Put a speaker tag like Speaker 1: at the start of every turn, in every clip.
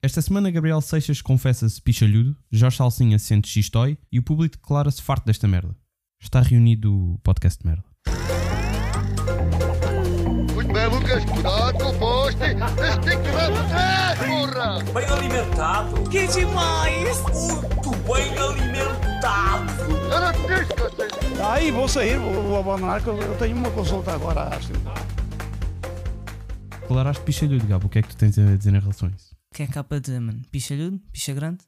Speaker 1: Esta semana, Gabriel Seixas confessa-se pichalhudo, Jorge Salsinha sente xistói e o público declara-se farto desta merda. Está reunido o podcast de merda.
Speaker 2: Muito bem, Lucas, cuidado com o poste. Este tem que levar por trás, porra!
Speaker 3: bem alimentado. Que demais! Muito bem alimentado.
Speaker 2: Eu não te disse que vocês
Speaker 4: Aí vou sair, vou, vou abandonar, que eu, eu tenho uma consulta agora às
Speaker 1: Declaraste pichalhudo, Gabo. O que é que tu tens a dizer em relação a isso?
Speaker 5: O que é capa de, mano? Pichalhudo? Picha grande?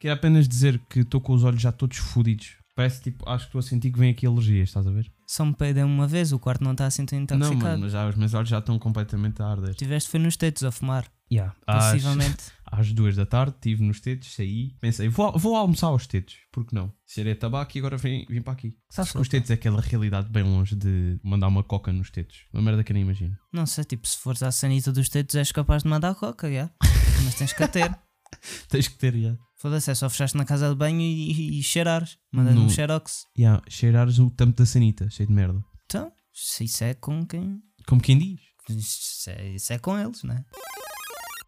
Speaker 1: Quero apenas dizer que estou com os olhos já todos fodidos. Parece tipo, acho que estou a sentir que vem aqui alergias, estás a ver?
Speaker 5: Só me peidem uma vez, o quarto não está assim tão
Speaker 1: Não,
Speaker 5: intoxicado.
Speaker 1: mano, já, os meus olhos já estão completamente a arder.
Speaker 5: Tiveste foi nos tetos a fumar.
Speaker 1: Yeah. Às,
Speaker 5: Possivelmente.
Speaker 1: às duas da tarde estive nos tetos, saí, pensei, vou, al- vou almoçar aos tetos, porque não? Cheirei tabaco e agora vim, vim para aqui. Sabes que os tetos é aquela realidade bem longe de mandar uma coca nos tetos. Uma merda que eu nem imagino.
Speaker 5: Não sei, tipo, se fores à sanita dos tetos és capaz de mandar coca, já. Mas tens que a ter.
Speaker 1: Tens que ter, já.
Speaker 5: Foda-se, é só fechaste na casa de banho e, e, e cheirares. Mandas
Speaker 1: Não.
Speaker 5: um xerox.
Speaker 1: Yeah, cheirares o tampo da sanita, cheio de merda.
Speaker 5: Então, se isso é com quem?
Speaker 1: Como quem diz.
Speaker 5: Isso é, isso é com eles, né?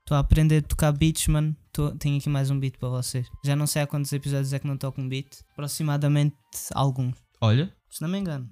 Speaker 5: Estou a aprender a tocar beats, mano. Tô- tenho aqui mais um beat para vocês. Já não sei há quantos episódios é que não toco um beat. Aproximadamente alguns,
Speaker 1: Olha,
Speaker 5: se não me engano.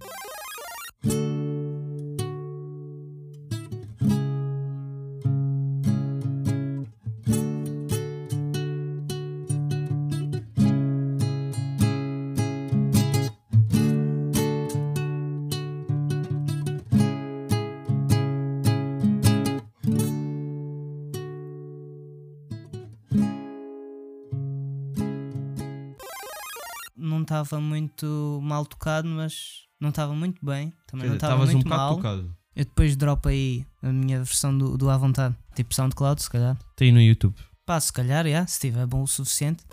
Speaker 5: não estava muito mal tocado, mas não estava muito bem. Também não estava
Speaker 1: estavas
Speaker 5: muito
Speaker 1: um bocado
Speaker 5: mal.
Speaker 1: tocado.
Speaker 5: Eu depois dropo aí a minha versão do, do à vontade, tipo SoundCloud, se calhar.
Speaker 1: Tem no YouTube.
Speaker 5: Pá, se calhar, já, se estiver bom o suficiente,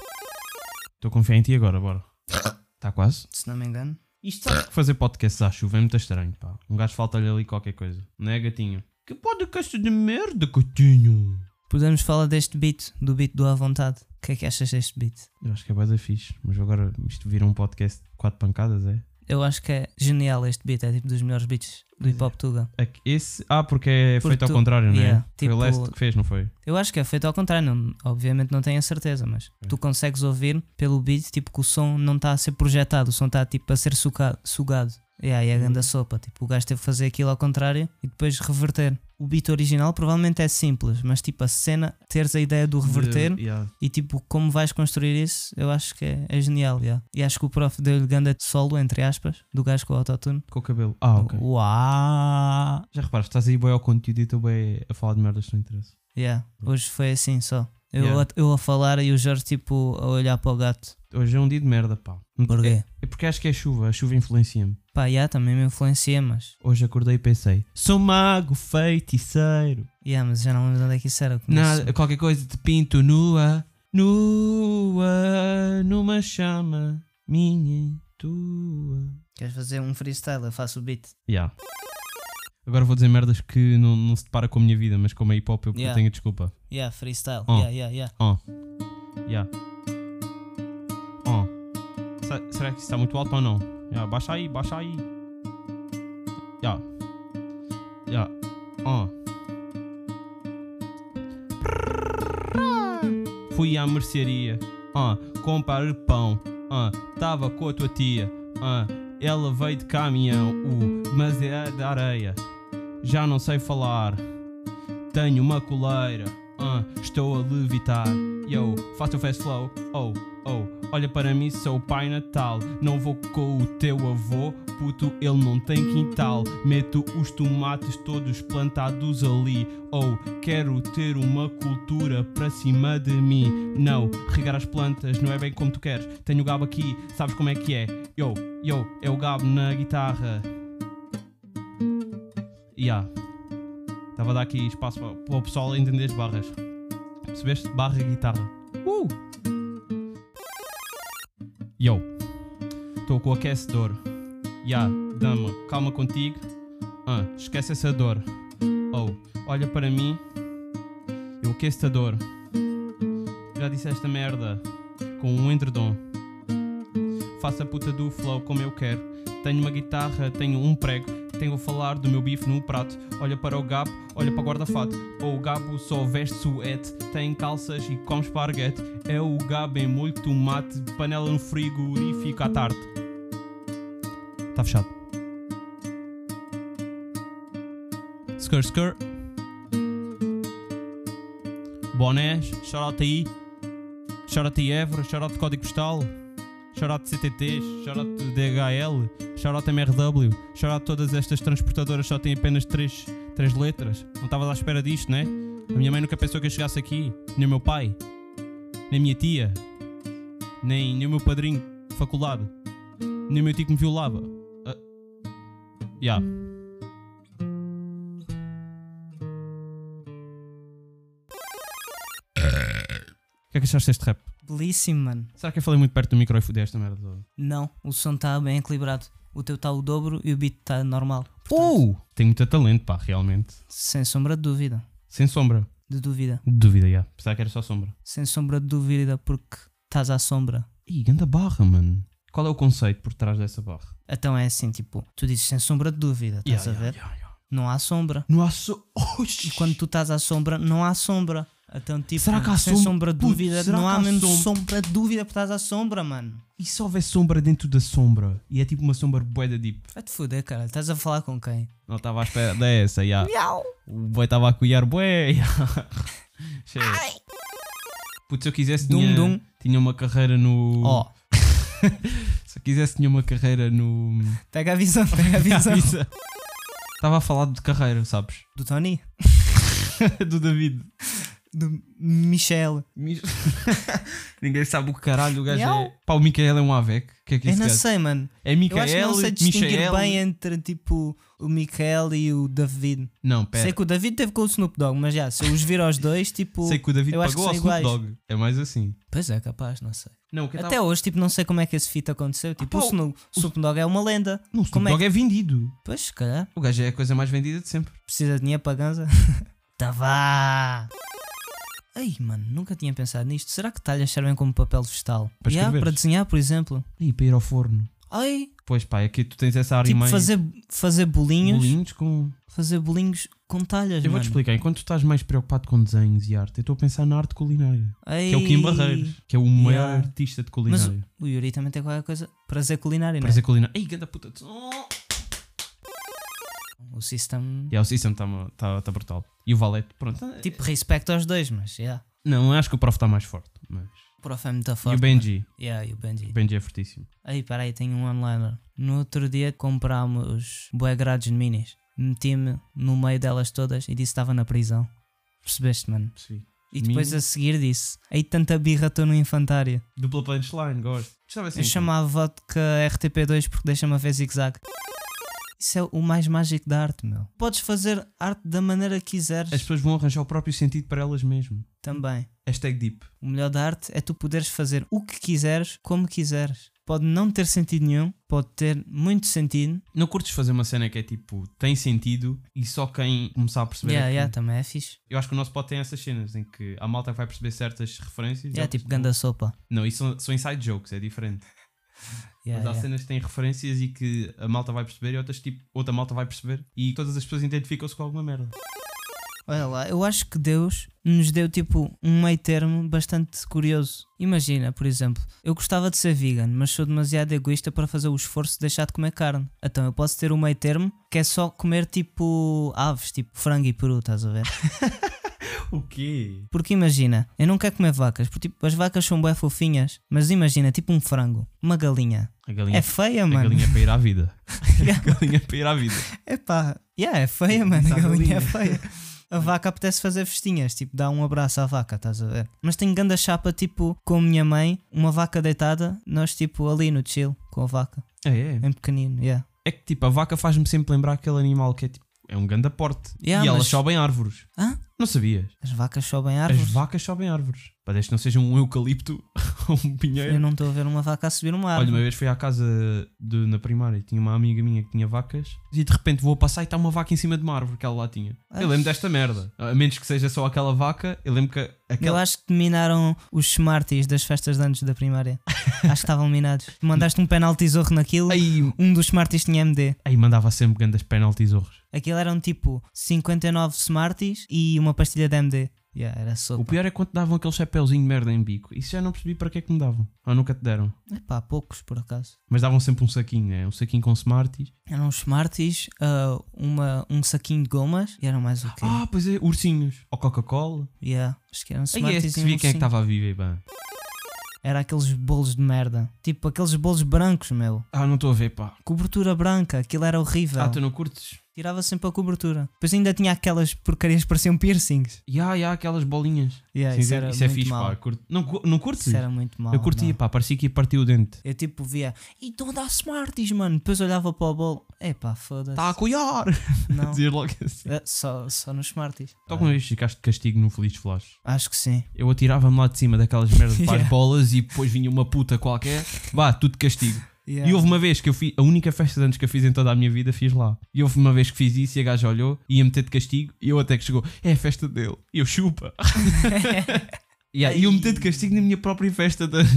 Speaker 1: Estou a confiar em ti agora, bora. Está quase.
Speaker 5: se não me engano.
Speaker 1: Isto sabe que fazer podcasts à chuva é muito estranho, pá. Um gajo falta-lhe ali qualquer coisa. Não é, gatinho? Que podcast de merda, gatinho?
Speaker 5: Podemos falar deste beat, do beat do à vontade. O que é que achas deste beat?
Speaker 1: Eu acho que é bué da fixe, mas agora isto vira um podcast de quatro pancadas, é?
Speaker 5: Eu acho que é genial este beat, é tipo dos melhores beats do Hip Hop Tuga.
Speaker 1: É que Esse, ah, porque é
Speaker 5: Porque
Speaker 1: feito ao
Speaker 5: tu-
Speaker 1: contrário, não é?
Speaker 5: yeah,
Speaker 1: foi o
Speaker 5: tipo-
Speaker 1: Leste que fez, não foi?
Speaker 5: Eu acho que é feito ao contrário, não- obviamente não tenho a certeza, mas
Speaker 1: É.
Speaker 5: tu consegues ouvir pelo beat tipo que o som não está a ser projetado, o som está tipo a ser suca- sugado. Yeah, e é a
Speaker 1: Hum.
Speaker 5: grande sopa, tipo o gajo teve que fazer aquilo ao contrário e depois reverter. O beat original provavelmente é simples, mas tipo a cena, teres a ideia do reverter
Speaker 1: De- yeah.
Speaker 5: e tipo como vais construir isso, eu acho que é, é genial. yeah. E acho que o prof deu-lhe ganda solo, entre aspas, do gajo com o autotune.
Speaker 1: Com o cabelo. Ah, ok.
Speaker 5: Uau!
Speaker 1: Já reparaste, estás aí bem ao conteúdo e estou bem a falar de merdas que não interessa.
Speaker 5: Yeah, hoje foi assim só. Eu,
Speaker 1: Yeah.
Speaker 5: a, eu a falar e o Jorge tipo a olhar para o gato.
Speaker 1: Hoje é um dia de merda, pá.
Speaker 5: Porquê?
Speaker 1: É porque acho que é chuva, a chuva influencia-me.
Speaker 5: Pá, yeah, também me influencia, mas.
Speaker 1: Hoje acordei e pensei: sou mago, feiticeiro.
Speaker 5: Yeah, mas já não lembro de onde é que isso era. eu conheço-
Speaker 1: Nada, qualquer coisa te pinto nua, nua, numa chama minha e tua.
Speaker 5: Queres fazer um freestyle? Eu faço o beat.
Speaker 1: Yeah. Agora vou dizer merdas que não, não se depara com a minha vida, mas como é hip hop eu, eu
Speaker 5: Yeah.
Speaker 1: tenho a desculpa.
Speaker 5: Yeah, freestyle.
Speaker 1: Oh.
Speaker 5: Yeah, yeah, yeah.
Speaker 1: Oh. Yeah. Oh. Se- será que isso está muito alto ou não? Yeah, baixa aí, baixa aí. Yeah. Yeah. Oh. Fui à mercearia. Ah, comprar pão. Ah, tava com a tua tia. Ah, ela veio de caminhão. Uh, mas é da areia. Já não sei falar. Tenho uma coleira. Ah, estou a levitar. Yo, faço o fast flow. Oh, oh. Olha para mim, sou o pai natal. Não vou com o teu avô, puto, ele não tem quintal. Meto os tomates todos plantados ali. Oh, quero ter uma cultura para cima de mim. Não, regar as plantas não é bem como tu queres. Tenho o Gabo aqui, sabes como é que é? Yo, yo, é o Gabo na guitarra. Yeah. Estava a dar aqui espaço para, para o pessoal entender as barras. Percebeste? Barra e guitarra. Uh! Yo, estou com o aquecedor. Ya, dama, calma contigo. Ah, esquece essa dor. Oh, olha para mim. Eu aqueço a dor. Já disse esta merda. Com um entredom. Faço a puta do flow como eu quero. Tenho uma guitarra, tenho um prego. Tenho a falar do meu bife no prato. Olha para o Gabo, olha para o guarda-fato. Ou o Gabo só veste suete, tem calças e come esparguete. É o Gabo em molho de tomate, panela no frigorífico à tarde. Está fechado. Skr, skr. Bonés, shoutout aí. Shoutout aí Évora, shoutout Código Postal. Shoutout CTTs, shoutout DHL, shoutout MRW, shoutout todas estas transportadoras só têm apenas três, três letras. Não estavas à espera disto, né? A minha mãe nunca pensou que eu chegasse aqui, nem o meu pai, nem a minha tia, nem, nem o meu padrinho de faculdade, nem o meu tio que me violava. Ah. Yeah. O que é que achaste deste rap?
Speaker 5: Belíssimo, mano.
Speaker 1: Será que eu falei muito perto do micro e fudei esta merda toda?
Speaker 5: Não, o som está bem equilibrado. O teu está o dobro e o beat está normal.
Speaker 1: Uh! Tem muito talento, pá, realmente.
Speaker 5: Sem sombra de dúvida.
Speaker 1: Sem sombra.
Speaker 5: De dúvida.
Speaker 1: De dúvida, já. Pensava que era só sombra.
Speaker 5: Sem sombra de dúvida, porque estás à sombra.
Speaker 1: Ih, ganda barra, mano. Qual é o conceito por trás dessa barra?
Speaker 5: Então é assim, tipo, tu dizes sem sombra de dúvida, estás a ver? Não há sombra.
Speaker 1: Não há so...
Speaker 5: E quando tu estás à sombra, não há sombra. Então, tipo,
Speaker 1: Será que há
Speaker 5: sem
Speaker 1: som-
Speaker 5: sombra de
Speaker 1: Puto,
Speaker 5: dúvida,
Speaker 1: será
Speaker 5: não
Speaker 1: que
Speaker 5: há
Speaker 1: há
Speaker 5: mesmo
Speaker 1: som-
Speaker 5: sombra de dúvida porque estás à sombra, mano.
Speaker 1: E se houver sombra dentro da sombra? E é tipo uma sombra bué da deep.
Speaker 5: Vai-te foder, cara. Estás a falar com quem?
Speaker 1: Não estava à espera dessa, já. O boi estava a coiar bué, já. Cheio. Puto, se eu quisesse
Speaker 5: Dum,
Speaker 1: tinha,
Speaker 5: dum. Oh.
Speaker 1: tinha uma carreira no...
Speaker 5: Ó,
Speaker 1: Se eu quisesse tinha uma carreira no...
Speaker 5: pega a visão, pega a visão.
Speaker 1: Estava a falar de carreira, sabes?
Speaker 5: Do Tony?
Speaker 1: Do David.
Speaker 5: Do Michel.
Speaker 1: Mis- Ninguém sabe o que caralho o gajo
Speaker 5: Miau.
Speaker 1: é. Pá, o Micael é um AVEC. O que é que é
Speaker 5: Eu
Speaker 1: esse
Speaker 5: não
Speaker 1: gajo?
Speaker 5: sei, mano.
Speaker 1: É
Speaker 5: Eu acho que
Speaker 1: Micael,
Speaker 5: não sei distinguir
Speaker 1: Michael.
Speaker 5: bem entre, tipo, o Michael e o David.
Speaker 1: Não, pera.
Speaker 5: Sei que o David teve com o Snoop Dogg, mas já, se eu os vir aos dois, tipo.
Speaker 1: Sei que o David
Speaker 5: eu acho
Speaker 1: pagou
Speaker 5: que
Speaker 1: ao
Speaker 5: são
Speaker 1: Snoop
Speaker 5: iguais.
Speaker 1: Dogg. É mais assim.
Speaker 5: Pois é, capaz, não sei.
Speaker 1: Não, o que eu
Speaker 5: Até
Speaker 1: tava-
Speaker 5: hoje, tipo, não sei como é que esse fita aconteceu. Tipo,
Speaker 1: pá,
Speaker 5: o Snoop, Snoop Dogg é uma lenda.
Speaker 1: Não, o Snoop
Speaker 5: como é
Speaker 1: Dogg é vendido.
Speaker 5: Pois, se calhar.
Speaker 1: O gajo é a coisa mais vendida de sempre.
Speaker 5: Precisa de dinheiro para ganza. tá vá! Ei, mano, nunca tinha pensado nisto. Será que talhas servem como papel vegetal?
Speaker 1: Para
Speaker 5: Ya,
Speaker 1: escreveres.
Speaker 5: para desenhar, por exemplo.
Speaker 1: E para ir ao forno.
Speaker 5: Ai,
Speaker 1: Pois pá, aqui tu tens essa área
Speaker 5: tipo,
Speaker 1: mais.
Speaker 5: fazer, fazer bolinhos.
Speaker 1: bolinhos com.
Speaker 5: Fazer bolinhos com talhas,
Speaker 1: Eu
Speaker 5: mano.
Speaker 1: vou-te explicar. Enquanto tu estás mais preocupado com desenhos e arte, eu estou a pensar na arte culinária.
Speaker 5: Ei.
Speaker 1: Que é o Kim Barreiros, que é o maior
Speaker 5: Yeah.
Speaker 1: artista de
Speaker 5: Mas
Speaker 1: culinária.
Speaker 5: o, o Yuri também tem qualquer coisa. Prazer culinário, né?
Speaker 1: Prazer culinário. Ei, ganda puta. de-
Speaker 5: não é? O sistema.
Speaker 1: Yeah, o System está tá, tá brutal. E o Valete, pronto.
Speaker 5: Tipo, respeito aos dois, mas já. Yeah.
Speaker 1: Não, acho que o Prof está mais forte. Mas...
Speaker 5: O prof é muito
Speaker 1: E
Speaker 5: forte.
Speaker 1: o Benji.
Speaker 5: mano. Yeah, e o Benji.
Speaker 1: O Benji é fortíssimo.
Speaker 5: Aí, peraí, tenho um onliner. No outro dia comprámos bué grades de minis. Meti-me no meio delas todas e disse que estava na prisão. Percebeste, mano? E depois a seguir disse: Aí tanta birra estou no infantário.
Speaker 1: Dupla punchline, gosto. Estava assim.
Speaker 5: Eu chamava vodka RTP2 porque deixa-me a ver zigue-zague. Isso é o mais mágico da arte, meu. Podes fazer arte da maneira que quiseres
Speaker 1: As pessoas vão arranjar o próprio sentido para elas mesmas.
Speaker 5: também.
Speaker 1: Hashtag deep.
Speaker 5: O melhor da arte é tu poderes fazer o que quiseres, como quiseres. Pode não ter sentido nenhum, pode ter muito sentido.
Speaker 1: Não curtes fazer uma cena que é tipo, tem sentido e só quem começar a perceber.
Speaker 5: Yeah,
Speaker 1: é que-
Speaker 5: yeah, também é fixe.
Speaker 1: Eu acho que o nosso pod tem essas cenas em que a malta vai perceber certas referências.
Speaker 5: É
Speaker 1: elas-
Speaker 5: tipo ganda sopa.
Speaker 1: Não, isso são, são inside jokes, é diferente.
Speaker 5: Yeah,
Speaker 1: Mas há
Speaker 5: yeah.
Speaker 1: cenas que têm referências e que a malta vai perceber e outras tipo, outra malta vai perceber e todas as pessoas identificam-se com alguma merda.
Speaker 5: Olha lá, eu acho que Deus nos deu tipo um meio termo bastante curioso. Imagina, por exemplo, eu gostava de ser vegan, mas sou demasiado egoísta para fazer o esforço de deixar de comer carne. Então eu posso ter um meio termo que é só comer tipo aves, tipo frango e peru, estás a ver?
Speaker 1: O quê?
Speaker 5: Porque imagina, eu não quero comer vacas, porque tipo, as vacas são bem fofinhas, mas imagina, tipo um frango, uma galinha.
Speaker 1: A galinha
Speaker 5: É feia,
Speaker 1: A
Speaker 5: mano.
Speaker 1: galinha é para ir à vida. a galinha é para ir à vida.
Speaker 5: É pá, yeah, é feia, mano.
Speaker 1: Essa
Speaker 5: A galinha
Speaker 1: galinha.
Speaker 5: é feia. A vaca apetece fazer festinhas, tipo, dá um abraço à vaca, estás a ver? Mas tenho grande chapa, tipo, com a minha mãe, uma vaca deitada, nós, tipo, ali no chill, com a vaca,
Speaker 1: É, é.
Speaker 5: em pequenino, yeah.
Speaker 1: É que tipo, a vaca faz-me sempre lembrar aquele animal que é tipo, é um grande aporte.
Speaker 5: Yeah,
Speaker 1: e elas
Speaker 5: mas-
Speaker 1: sobem árvores.
Speaker 5: Hã?
Speaker 1: Não sabias?
Speaker 5: As vacas sobem
Speaker 1: As
Speaker 5: árvores.
Speaker 1: vacas sobem árvores. Para desde que não seja um eucalipto um pinheiro.
Speaker 5: Eu não estou a ver uma vaca a subir uma
Speaker 1: Olha,
Speaker 5: árvore.
Speaker 1: uma vez fui à casa de- na primária, tinha uma amiga minha que tinha vacas e de repente vou a passar e está uma vaca em cima de uma árvore que ela lá tinha.
Speaker 5: Ai.
Speaker 1: Eu lembro desta merda. A menos que seja só aquela vaca, eu lembro que
Speaker 5: Eu
Speaker 1: aquela.
Speaker 5: acho que minaram os Smarties das festas de anos da primária. acho que estavam minados. Mandaste um penaltizorro naquilo.
Speaker 1: Aí,
Speaker 5: Um dos Smarties tinha MD.
Speaker 1: aí mandava sempre grandes penaltis horros.
Speaker 5: Aquilo eram tipo 59 Smarties e uma pastilha de MD. Yeah, era
Speaker 1: O
Speaker 5: sopa.
Speaker 1: pior é quando davam aquele chapéuzinho de merda em bico. Isso já não percebi para que é que me davam. Ou nunca te deram.
Speaker 5: Epá, poucos por acaso.
Speaker 1: Mas davam sempre um saquinho, né? Um saquinho com Smarties.
Speaker 5: Eram os Smarties, ah, uma, um saquinho de gomas e eram mais o quê?
Speaker 1: Ah, pois é, ursinhos. Ou Coca-Cola.
Speaker 5: Yeah, acho que eram
Speaker 1: Aí é que
Speaker 5: Smarties
Speaker 1: se
Speaker 5: e
Speaker 1: via quem
Speaker 5: um
Speaker 1: é que
Speaker 5: ursinho.
Speaker 1: estava a viver, bem.
Speaker 5: Era aqueles bolos de merda. Tipo aqueles bolos brancos, meu.
Speaker 1: Ah, não estou a ver, pá.
Speaker 5: Cobertura branca, aquilo era horrível.
Speaker 1: Ah, tu não curtes?
Speaker 5: Tirava sempre a cobertura. Depois ainda tinha aquelas porcarias que pareciam piercings.
Speaker 1: E há, e há aquelas bolinhas.
Speaker 5: Yeah,
Speaker 1: Sim,
Speaker 5: isso
Speaker 1: sim,
Speaker 5: era
Speaker 1: é
Speaker 5: muito
Speaker 1: fixe,
Speaker 5: mau.
Speaker 1: pá. Curto- Não, cu- não curtes?
Speaker 5: Isso era muito mal.
Speaker 1: eu curtia, pá. Parecia que ia partir o dente.
Speaker 5: Eu tipo via, e estão a dar Smarties, mano. Depois olhava para o bolo, epá, foda-se.
Speaker 1: Está Tá a coiar!
Speaker 5: Não.
Speaker 1: Dizer logo assim. Então,
Speaker 5: É, só, só nos Smarties.
Speaker 1: Tu alguma vez ficaste de castigo no Feliz Flash?
Speaker 5: Acho que sim.
Speaker 1: Eu atirava-me lá de cima daquelas merdas para as
Speaker 5: Yeah.
Speaker 1: bolas e depois vinha uma puta qualquer. Vá, tu de castigo.
Speaker 5: Yeah.
Speaker 1: E houve uma vez que eu fiz, a única festa de anos que eu fiz em toda a minha vida, fiz lá. E houve uma vez que fiz isso e a gaja olhou, ia meter de castigo, e eu até que chegou, é a festa dele. E eu chupa. yeah, e eu meter de castigo na minha própria festa de anos.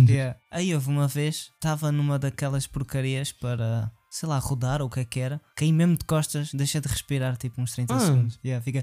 Speaker 5: Aí houve uma vez, estava numa daquelas porcarias para, sei lá, rodar ou o que é que era. Caí mesmo de costas, deixei de respirar tipo uns 30
Speaker 1: Ah.
Speaker 5: segundos. Yeah, fica...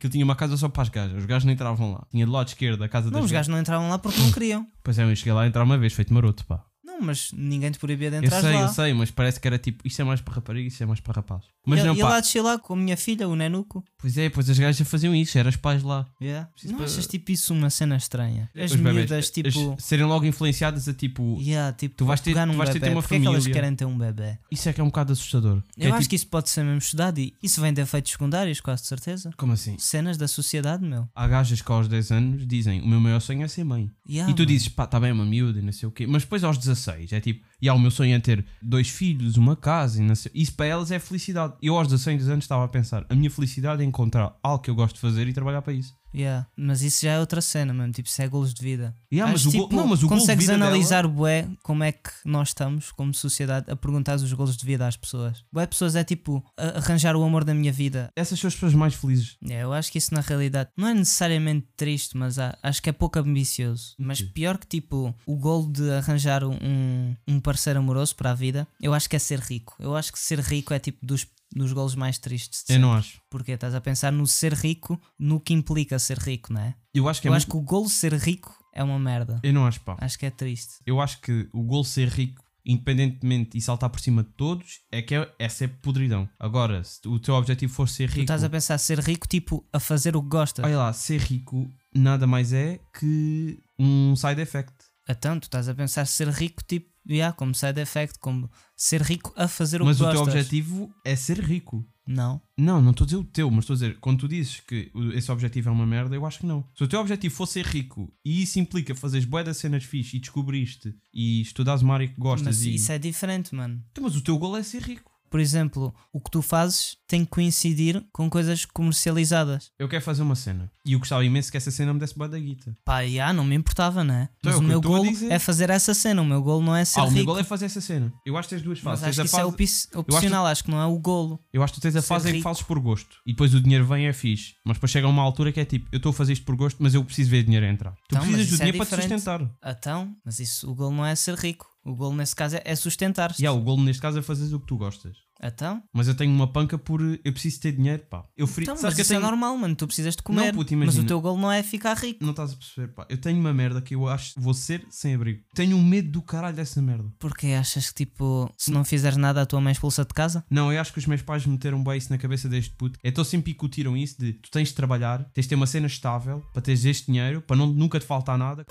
Speaker 1: Que eu tinha uma casa só para as gajas, os gajos não entravam lá. Tinha do lado esquerdo a casa
Speaker 5: Não,
Speaker 1: das
Speaker 5: os gajos não entravam lá porque não queriam.
Speaker 1: Pois é, eu cheguei lá a entrar uma vez, feito maroto, pá.
Speaker 5: Não, mas ninguém te proibia de
Speaker 1: Eu
Speaker 5: entrar
Speaker 1: sei,
Speaker 5: lá.
Speaker 1: eu sei, mas parece que era tipo, isto é mais para rapariga, isto é mais para rapaz. Mas
Speaker 5: Mas
Speaker 1: não,
Speaker 5: e
Speaker 1: pá.
Speaker 5: lá desci lá com a minha filha, o Nenuco.
Speaker 1: Pois é, pois as gajas faziam isso, eram os pais lá.
Speaker 5: Yeah.
Speaker 1: Preciso
Speaker 5: Não
Speaker 1: para-
Speaker 5: achas tipo isso uma cena estranha? As
Speaker 1: Os bebés,
Speaker 5: miúdas tipo.
Speaker 1: as- serem logo influenciadas a tipo.
Speaker 5: Yeah, tipo,
Speaker 1: Tu vais ter-
Speaker 5: pegar
Speaker 1: tu
Speaker 5: num
Speaker 1: vais ter
Speaker 5: bebé.
Speaker 1: ter uma
Speaker 5: Porquê é que elas
Speaker 1: família.
Speaker 5: querem ter um bebê?
Speaker 1: Isso é que é um bocado assustador. Que
Speaker 5: Eu
Speaker 1: é,
Speaker 5: acho
Speaker 1: tipo,
Speaker 5: que isso pode ser mesmo estudado e isso vem de efeitos secundários, quase de certeza.
Speaker 1: Como assim?
Speaker 5: Cenas da sociedade, meu.
Speaker 1: Há gajas que aos 10 anos dizem o meu maior sonho é ser mãe.
Speaker 5: Yeah,
Speaker 1: e tu
Speaker 5: mano.
Speaker 1: dizes, pá, tá bem, é uma miúda e não sei o quê. Mas depois aos 16 é tipo, e há o meu sonho é ter dois filhos, uma casa e não sei. Isso para elas é felicidade. Eu aos 16 anos estava a pensar, a minha felicidade é encontrar algo que eu gosto de fazer e trabalhar para isso.
Speaker 5: Yeah. Mas isso já é outra cena mesmo, tipo, isso é golos de vida.
Speaker 1: Yeah,
Speaker 5: Acho, tipo,
Speaker 1: mas o gol- não, mas o gol de
Speaker 5: consegues
Speaker 1: vida dela-
Speaker 5: analisar bué como é que nós estamos como sociedade a perguntar os golos de vida às pessoas. Bué pessoas é tipo a- arranjar o amor da minha vida.
Speaker 1: Essas são as pessoas mais felizes.
Speaker 5: É, eu acho que isso na realidade não é necessariamente triste, mas há- acho que é pouco ambicioso. Mas pior que tipo o golo de arranjar um, um parceiro amoroso para a vida, eu acho que é ser rico. Eu acho que ser rico é tipo dos, dos golos mais tristes. de
Speaker 1: Eu não
Speaker 5: sempre.
Speaker 1: acho.
Speaker 5: Porque estás a pensar no ser rico, no que implica ser rico, não é?
Speaker 1: Eu acho que é
Speaker 5: eu
Speaker 1: muito-
Speaker 5: acho que o golo ser rico é uma merda.
Speaker 1: Eu não acho, pá.
Speaker 5: Acho que é triste.
Speaker 1: Eu acho que o gol ser rico, independentemente e saltar por cima de todos, é que é, essa é podridão. Agora, se o teu objetivo for ser
Speaker 5: Tu
Speaker 1: rico,
Speaker 5: estás a pensar ser rico, tipo, a fazer o que gostas.
Speaker 1: olha lá, ser rico nada mais é que um side effect.
Speaker 5: Então, tu estás a pensar ser rico, tipo, yeah, como side effect, como ser rico a fazer o
Speaker 1: Mas
Speaker 5: que
Speaker 1: o teu
Speaker 5: gostas.
Speaker 1: objetivo é ser rico.
Speaker 5: Não.
Speaker 1: Não, não estou a dizer o teu, mas estou a dizer, quando tu dizes que o- esse objetivo é uma merda, eu acho que não. Se o teu objetivo for ser rico e isso implica fazeres bué das cenas fixe e descobriste e estudares uma área que gostas
Speaker 5: Mas
Speaker 1: e.
Speaker 5: isso é diferente, mano.
Speaker 1: Então, Mas o teu gol é ser rico.
Speaker 5: Por exemplo, o que tu fazes tem que coincidir com coisas comercializadas.
Speaker 1: Eu quero fazer uma cena. E eu gostava imenso que essa cena me desse bué da guita.
Speaker 5: Pá, yeah, não me importava, né?
Speaker 1: Então,
Speaker 5: Mas
Speaker 1: é o
Speaker 5: o
Speaker 1: que eu
Speaker 5: meu
Speaker 1: estou a
Speaker 5: golo
Speaker 1: dizer.
Speaker 5: é fazer essa cena. O meu golo não é ser
Speaker 1: Ah, o
Speaker 5: rico.
Speaker 1: meu gol é fazer essa cena. Eu acho que tens duas
Speaker 5: Mas
Speaker 1: fases.
Speaker 5: acho
Speaker 1: Tens
Speaker 5: que
Speaker 1: a
Speaker 5: isso é
Speaker 1: fase-
Speaker 5: opis- opcional, acho que não é o golo.
Speaker 1: Eu acho que tu tens a
Speaker 5: ser
Speaker 1: fase em que
Speaker 5: rico.
Speaker 1: fazes por gosto e depois o dinheiro vem e é fixe. Mas depois chega uma altura que é tipo, eu estou a fazer isto por gosto, mas eu preciso ver dinheiro entrar. Tu
Speaker 5: Então,
Speaker 1: precisas
Speaker 5: mas
Speaker 1: do
Speaker 5: isso é
Speaker 1: dinheiro para te
Speaker 5: diferente.
Speaker 1: sustentar.
Speaker 5: Então, mas isso, o golo não é ser rico. O golo nesse caso é, é sustentar-se.
Speaker 1: E há o golo neste caso é fazeres o que tu gostas.
Speaker 5: Então,
Speaker 1: Mas eu tenho uma panca por eh, eu preciso ter dinheiro, pá. Eu fri...
Speaker 5: então mas
Speaker 1: Sabes
Speaker 5: isso
Speaker 1: que eu
Speaker 5: é
Speaker 1: tenho...
Speaker 5: normal, mano. Tu precisas de comer.
Speaker 1: puto,
Speaker 5: mas
Speaker 1: imagina.
Speaker 5: o teu golo não é ficar rico.
Speaker 1: Não estás a perceber, pá. Eu tenho uma merda que eu acho que vou ser sem abrigo. Tenho um medo do caralho dessa merda.
Speaker 5: Porque achas que, tipo, se não fizeres nada, a tua mãe expulsa de casa?
Speaker 1: Não, eu acho que os meus pais meteram bem isso na cabeça deste puto. Então sempre incutiram isso de tu tens de trabalhar, tens de ter uma cena estável para teres este dinheiro, para não, nunca te faltar nada.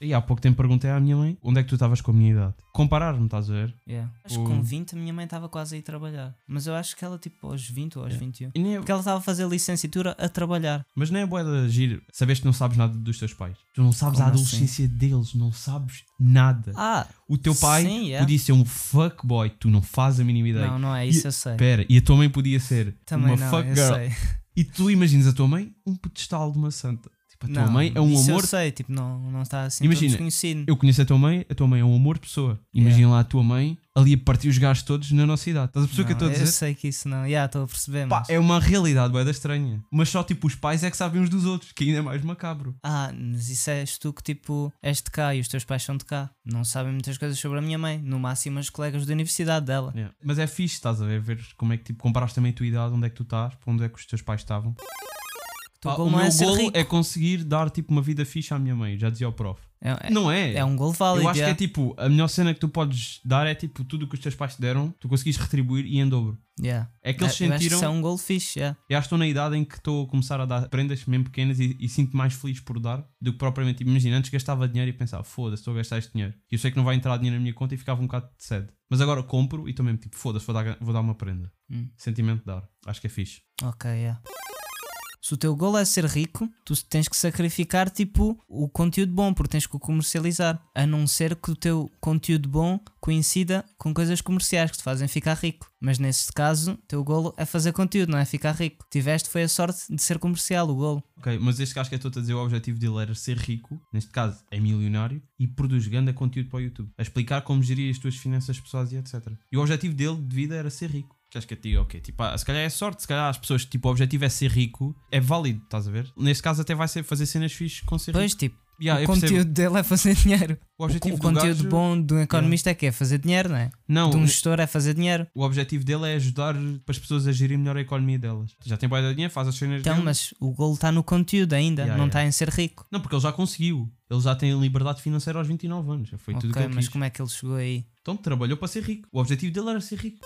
Speaker 1: E há pouco tempo perguntei à minha mãe onde é que tu estavas com a minha idade. Comparar-me, estás a ver?
Speaker 5: Acho que com 20 a minha mãe estava quase a ir trabalhar. Mas eu acho que ela, tipo, aos 20 ou aos 21.
Speaker 1: E nem é-
Speaker 5: Porque ela estava a fazer licenciatura a trabalhar.
Speaker 1: Mas não é boa de agir, sabes que não sabes nada dos teus pais. Tu não sabes a
Speaker 5: Como assim?
Speaker 1: adolescência deles, não sabes nada.
Speaker 5: Ah,
Speaker 1: o teu pai
Speaker 5: sim, yeah.
Speaker 1: podia ser um fuckboy, tu não fazes a mínima ideia.
Speaker 5: não, não é
Speaker 1: E-
Speaker 5: isso, eu sei.
Speaker 1: Pera, e a tua mãe podia ser
Speaker 5: Também
Speaker 1: uma
Speaker 5: não, eu
Speaker 1: fuck girl.
Speaker 5: sei.
Speaker 1: E tu imaginas a tua mãe um pedestal de uma santa. Tipo, Pá, A tua mãe é um
Speaker 5: isso
Speaker 1: amor.
Speaker 5: Eu sei, tipo, não, não está assim
Speaker 1: Imagina,
Speaker 5: tão desconhecido.
Speaker 1: Eu conheço a tua mãe, a tua mãe é um amor de pessoa. Imagina lá a tua mãe ali a partir os gajos todos na nossa idade. Estás a perceber o que eu
Speaker 5: Não,
Speaker 1: estou a dizer?
Speaker 5: sei que isso não. Já, estou a perceber.
Speaker 1: Pá,
Speaker 5: mas-
Speaker 1: é uma realidade bué da estranha. Mas só tipo os pais é que sabem uns dos outros, que ainda é mais macabro.
Speaker 5: Ah, mas isso és tu que tipo és de cá e os teus pais são de cá. Não sabem muitas coisas sobre a minha mãe. No máximo, os colegas da universidade dela.
Speaker 1: Yeah. Mas é fixe, estás a ver, ver como é que tipo, comparas também a tua idade, onde é que tu estás, para onde é que os teus pais estavam.
Speaker 5: Tu
Speaker 1: Pá,
Speaker 5: golo
Speaker 1: o
Speaker 5: não
Speaker 1: meu
Speaker 5: é ser
Speaker 1: golo
Speaker 5: rico.
Speaker 1: é conseguir dar tipo uma vida fixe à minha mãe, já dizia o prof.
Speaker 5: É, é-
Speaker 1: Não é?
Speaker 5: é um gol válido.
Speaker 1: Eu acho que
Speaker 5: yeah.
Speaker 1: é tipo, a melhor cena que tu podes dar é tipo tudo o que os teus pais te deram, tu conseguis retribuir e em dobro.
Speaker 5: Yeah.
Speaker 1: É que eles
Speaker 5: Eu acho que
Speaker 1: sentiram.
Speaker 5: isso é um gol fixe. yeah.
Speaker 1: Eu acho que estou na idade em que estou a começar a dar prendas mesmo pequenas e, e sinto mais feliz por dar do que propriamente. Imagina, antes gastava dinheiro e pensava, foda-se, estou a gastar este dinheiro. E eu sei que não vai entrar dinheiro na minha conta e ficava um bocado de sede. Mas agora compro e também tipo, foda-se, vou dar, vou dar uma prenda.
Speaker 5: Hum.
Speaker 1: Sentimento de dar. Acho que é fixe.
Speaker 5: Ok, yeah. Se o teu gol é ser rico, tu tens que sacrificar tipo o conteúdo bom, porque tens que o comercializar. A não ser que o teu conteúdo bom coincida com coisas comerciais que te fazem ficar rico. Mas nesse caso, o teu golo é fazer conteúdo, não é ficar rico. Tiveste foi a sorte de ser comercial o golo.
Speaker 1: Ok, mas este gajo que eu estou a dizer, o objetivo dele era ser rico, neste caso é milionário, e produz grande conteúdo para o YouTube, a explicar como gerir as tuas finanças pessoais e etc. E o objetivo dele de vida era ser rico. Que acho que é ti, ok, tipo, ah, se calhar é sorte, se calhar as pessoas, tipo, o objetivo é ser rico, é válido, estás a ver? Neste caso até vai ser fazer cenas fixes com ser
Speaker 5: Pois,
Speaker 1: rico.
Speaker 5: tipo,
Speaker 1: Yeah,
Speaker 5: o
Speaker 1: eu percebo.
Speaker 5: conteúdo dele é fazer dinheiro.
Speaker 1: O
Speaker 5: O,
Speaker 1: objetivo
Speaker 5: o
Speaker 1: do
Speaker 5: conteúdo
Speaker 1: gajo-
Speaker 5: bom de um economista é que é fazer dinheiro, não é?
Speaker 1: Não,
Speaker 5: de um gestor é fazer dinheiro.
Speaker 1: o objetivo dele é ajudar as pessoas a gerir melhor a economia delas. Já tem boa dinheiro, faz as cenas
Speaker 5: Então,
Speaker 1: dele.
Speaker 5: mas o golo está no conteúdo ainda,
Speaker 1: Yeah,
Speaker 5: não
Speaker 1: yeah.
Speaker 5: está em ser rico.
Speaker 1: Não, porque ele já conseguiu. Ele já tem liberdade financeira aos 29 anos. Já foi tudo o que
Speaker 5: ok,
Speaker 1: ele
Speaker 5: mas
Speaker 1: quis.
Speaker 5: como é que ele chegou aí?
Speaker 1: Então trabalhou para ser rico. O objetivo dele era ser rico.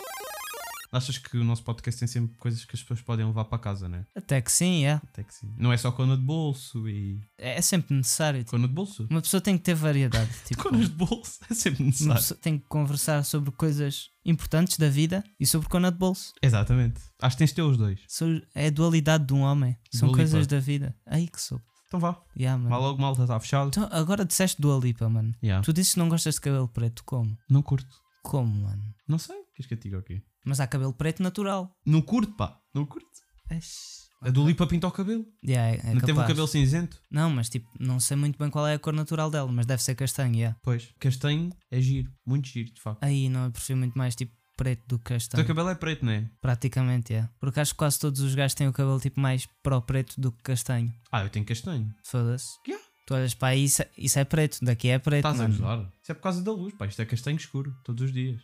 Speaker 1: Achas que o nosso podcast tem sempre coisas que as pessoas podem levar para casa, né?
Speaker 5: Até que sim, é.
Speaker 1: Até que sim. Não é só cona de bolso e.
Speaker 5: É sempre necessário. tipo,
Speaker 1: Cona de bolso?
Speaker 5: uma pessoa tem que ter variedade. Tipo,
Speaker 1: Conas de bolso é sempre
Speaker 5: uma
Speaker 1: necessário.
Speaker 5: pessoa tem que conversar sobre coisas importantes da vida e sobre cona de bolso.
Speaker 1: Exatamente. Acho que tens de ter os dois.
Speaker 5: Sou- É a dualidade de um homem. São
Speaker 1: Dua Lipa.
Speaker 5: coisas da vida. Ai que soube.
Speaker 1: Então vá.
Speaker 5: Yeah, mano.
Speaker 1: Vá logo, malta, está fechado.
Speaker 5: Hum. Então, agora disseste Dua Lipa, mano.
Speaker 1: Yeah.
Speaker 5: Tu disse que não gostas de cabelo preto. Como?
Speaker 1: Não curto.
Speaker 5: Como, mano?
Speaker 1: Não sei. Queres que eu te diga o quê?
Speaker 5: Mas há cabelo preto natural.
Speaker 1: Não curto, pá. Não curto.
Speaker 5: Eish.
Speaker 1: A do Lipa pinta o cabelo.
Speaker 5: Yeah, é- é
Speaker 1: não teve um
Speaker 5: capaz.
Speaker 1: cabelo cinzento?
Speaker 5: Não, mas tipo, não sei muito bem qual é a cor natural dela, mas deve ser castanho, yeah.
Speaker 1: Pois. Castanho é giro. Muito giro, de facto.
Speaker 5: Aí não, eu prefiro muito mais tipo preto do que
Speaker 1: O teu
Speaker 5: castanho.
Speaker 1: cabelo é preto, não é?
Speaker 5: Praticamente, é. Porque acho que quase todos os gajos têm o cabelo tipo mais para o preto do que castanho.
Speaker 1: Ah, eu tenho castanho.
Speaker 5: Foda-se.
Speaker 1: Quê?
Speaker 5: Tu olhas para aí, isso, é- isso é preto, daqui é preto.
Speaker 1: Estás a
Speaker 5: mano.
Speaker 1: gozar? Isso é por causa da luz, pá. Isto é castanho escuro, todos os dias.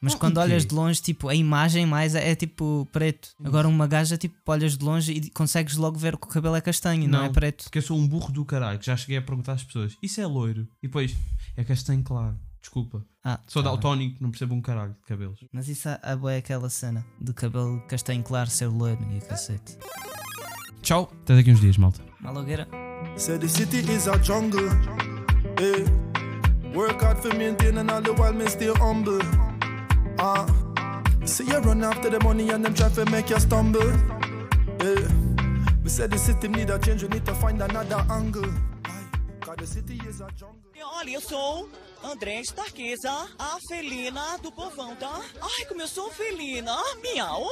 Speaker 5: Mas
Speaker 1: Ah,
Speaker 5: quando
Speaker 1: o quê?
Speaker 5: olhas de longe, tipo, a imagem mais é, é, tipo preto. Agora uma gaja, tipo, olhas de longe e consegues logo ver que o cabelo é castanho, não,
Speaker 1: Não.
Speaker 5: é preto.
Speaker 1: Porque eu sou um burro do caralho, que já cheguei a perguntar às pessoas: Isso é loiro? E depois, é castanho claro, desculpa.
Speaker 5: Ah,
Speaker 1: Sou
Speaker 5: tá bem.
Speaker 1: daltónico, não percebo um caralho de cabelos.
Speaker 5: Mas isso há, há boa aquela cena do cabelo castanho claro ser loiro e cacete.
Speaker 1: Tchau, até daqui uns dias, malta.
Speaker 5: Malogueira.
Speaker 6: Say the city is a jungle. eh. Work hard for maintain and all the while me stay humble. Ah, see you run after the money and them try to make you stumble. eh. We said the system need a change, we need to find another angle. Aye, Cause the city is a jungle.
Speaker 7: Olha, eu sou Andrés Tarquesa, a felina do povão, tá? Ai, como eu sou felina. Miau!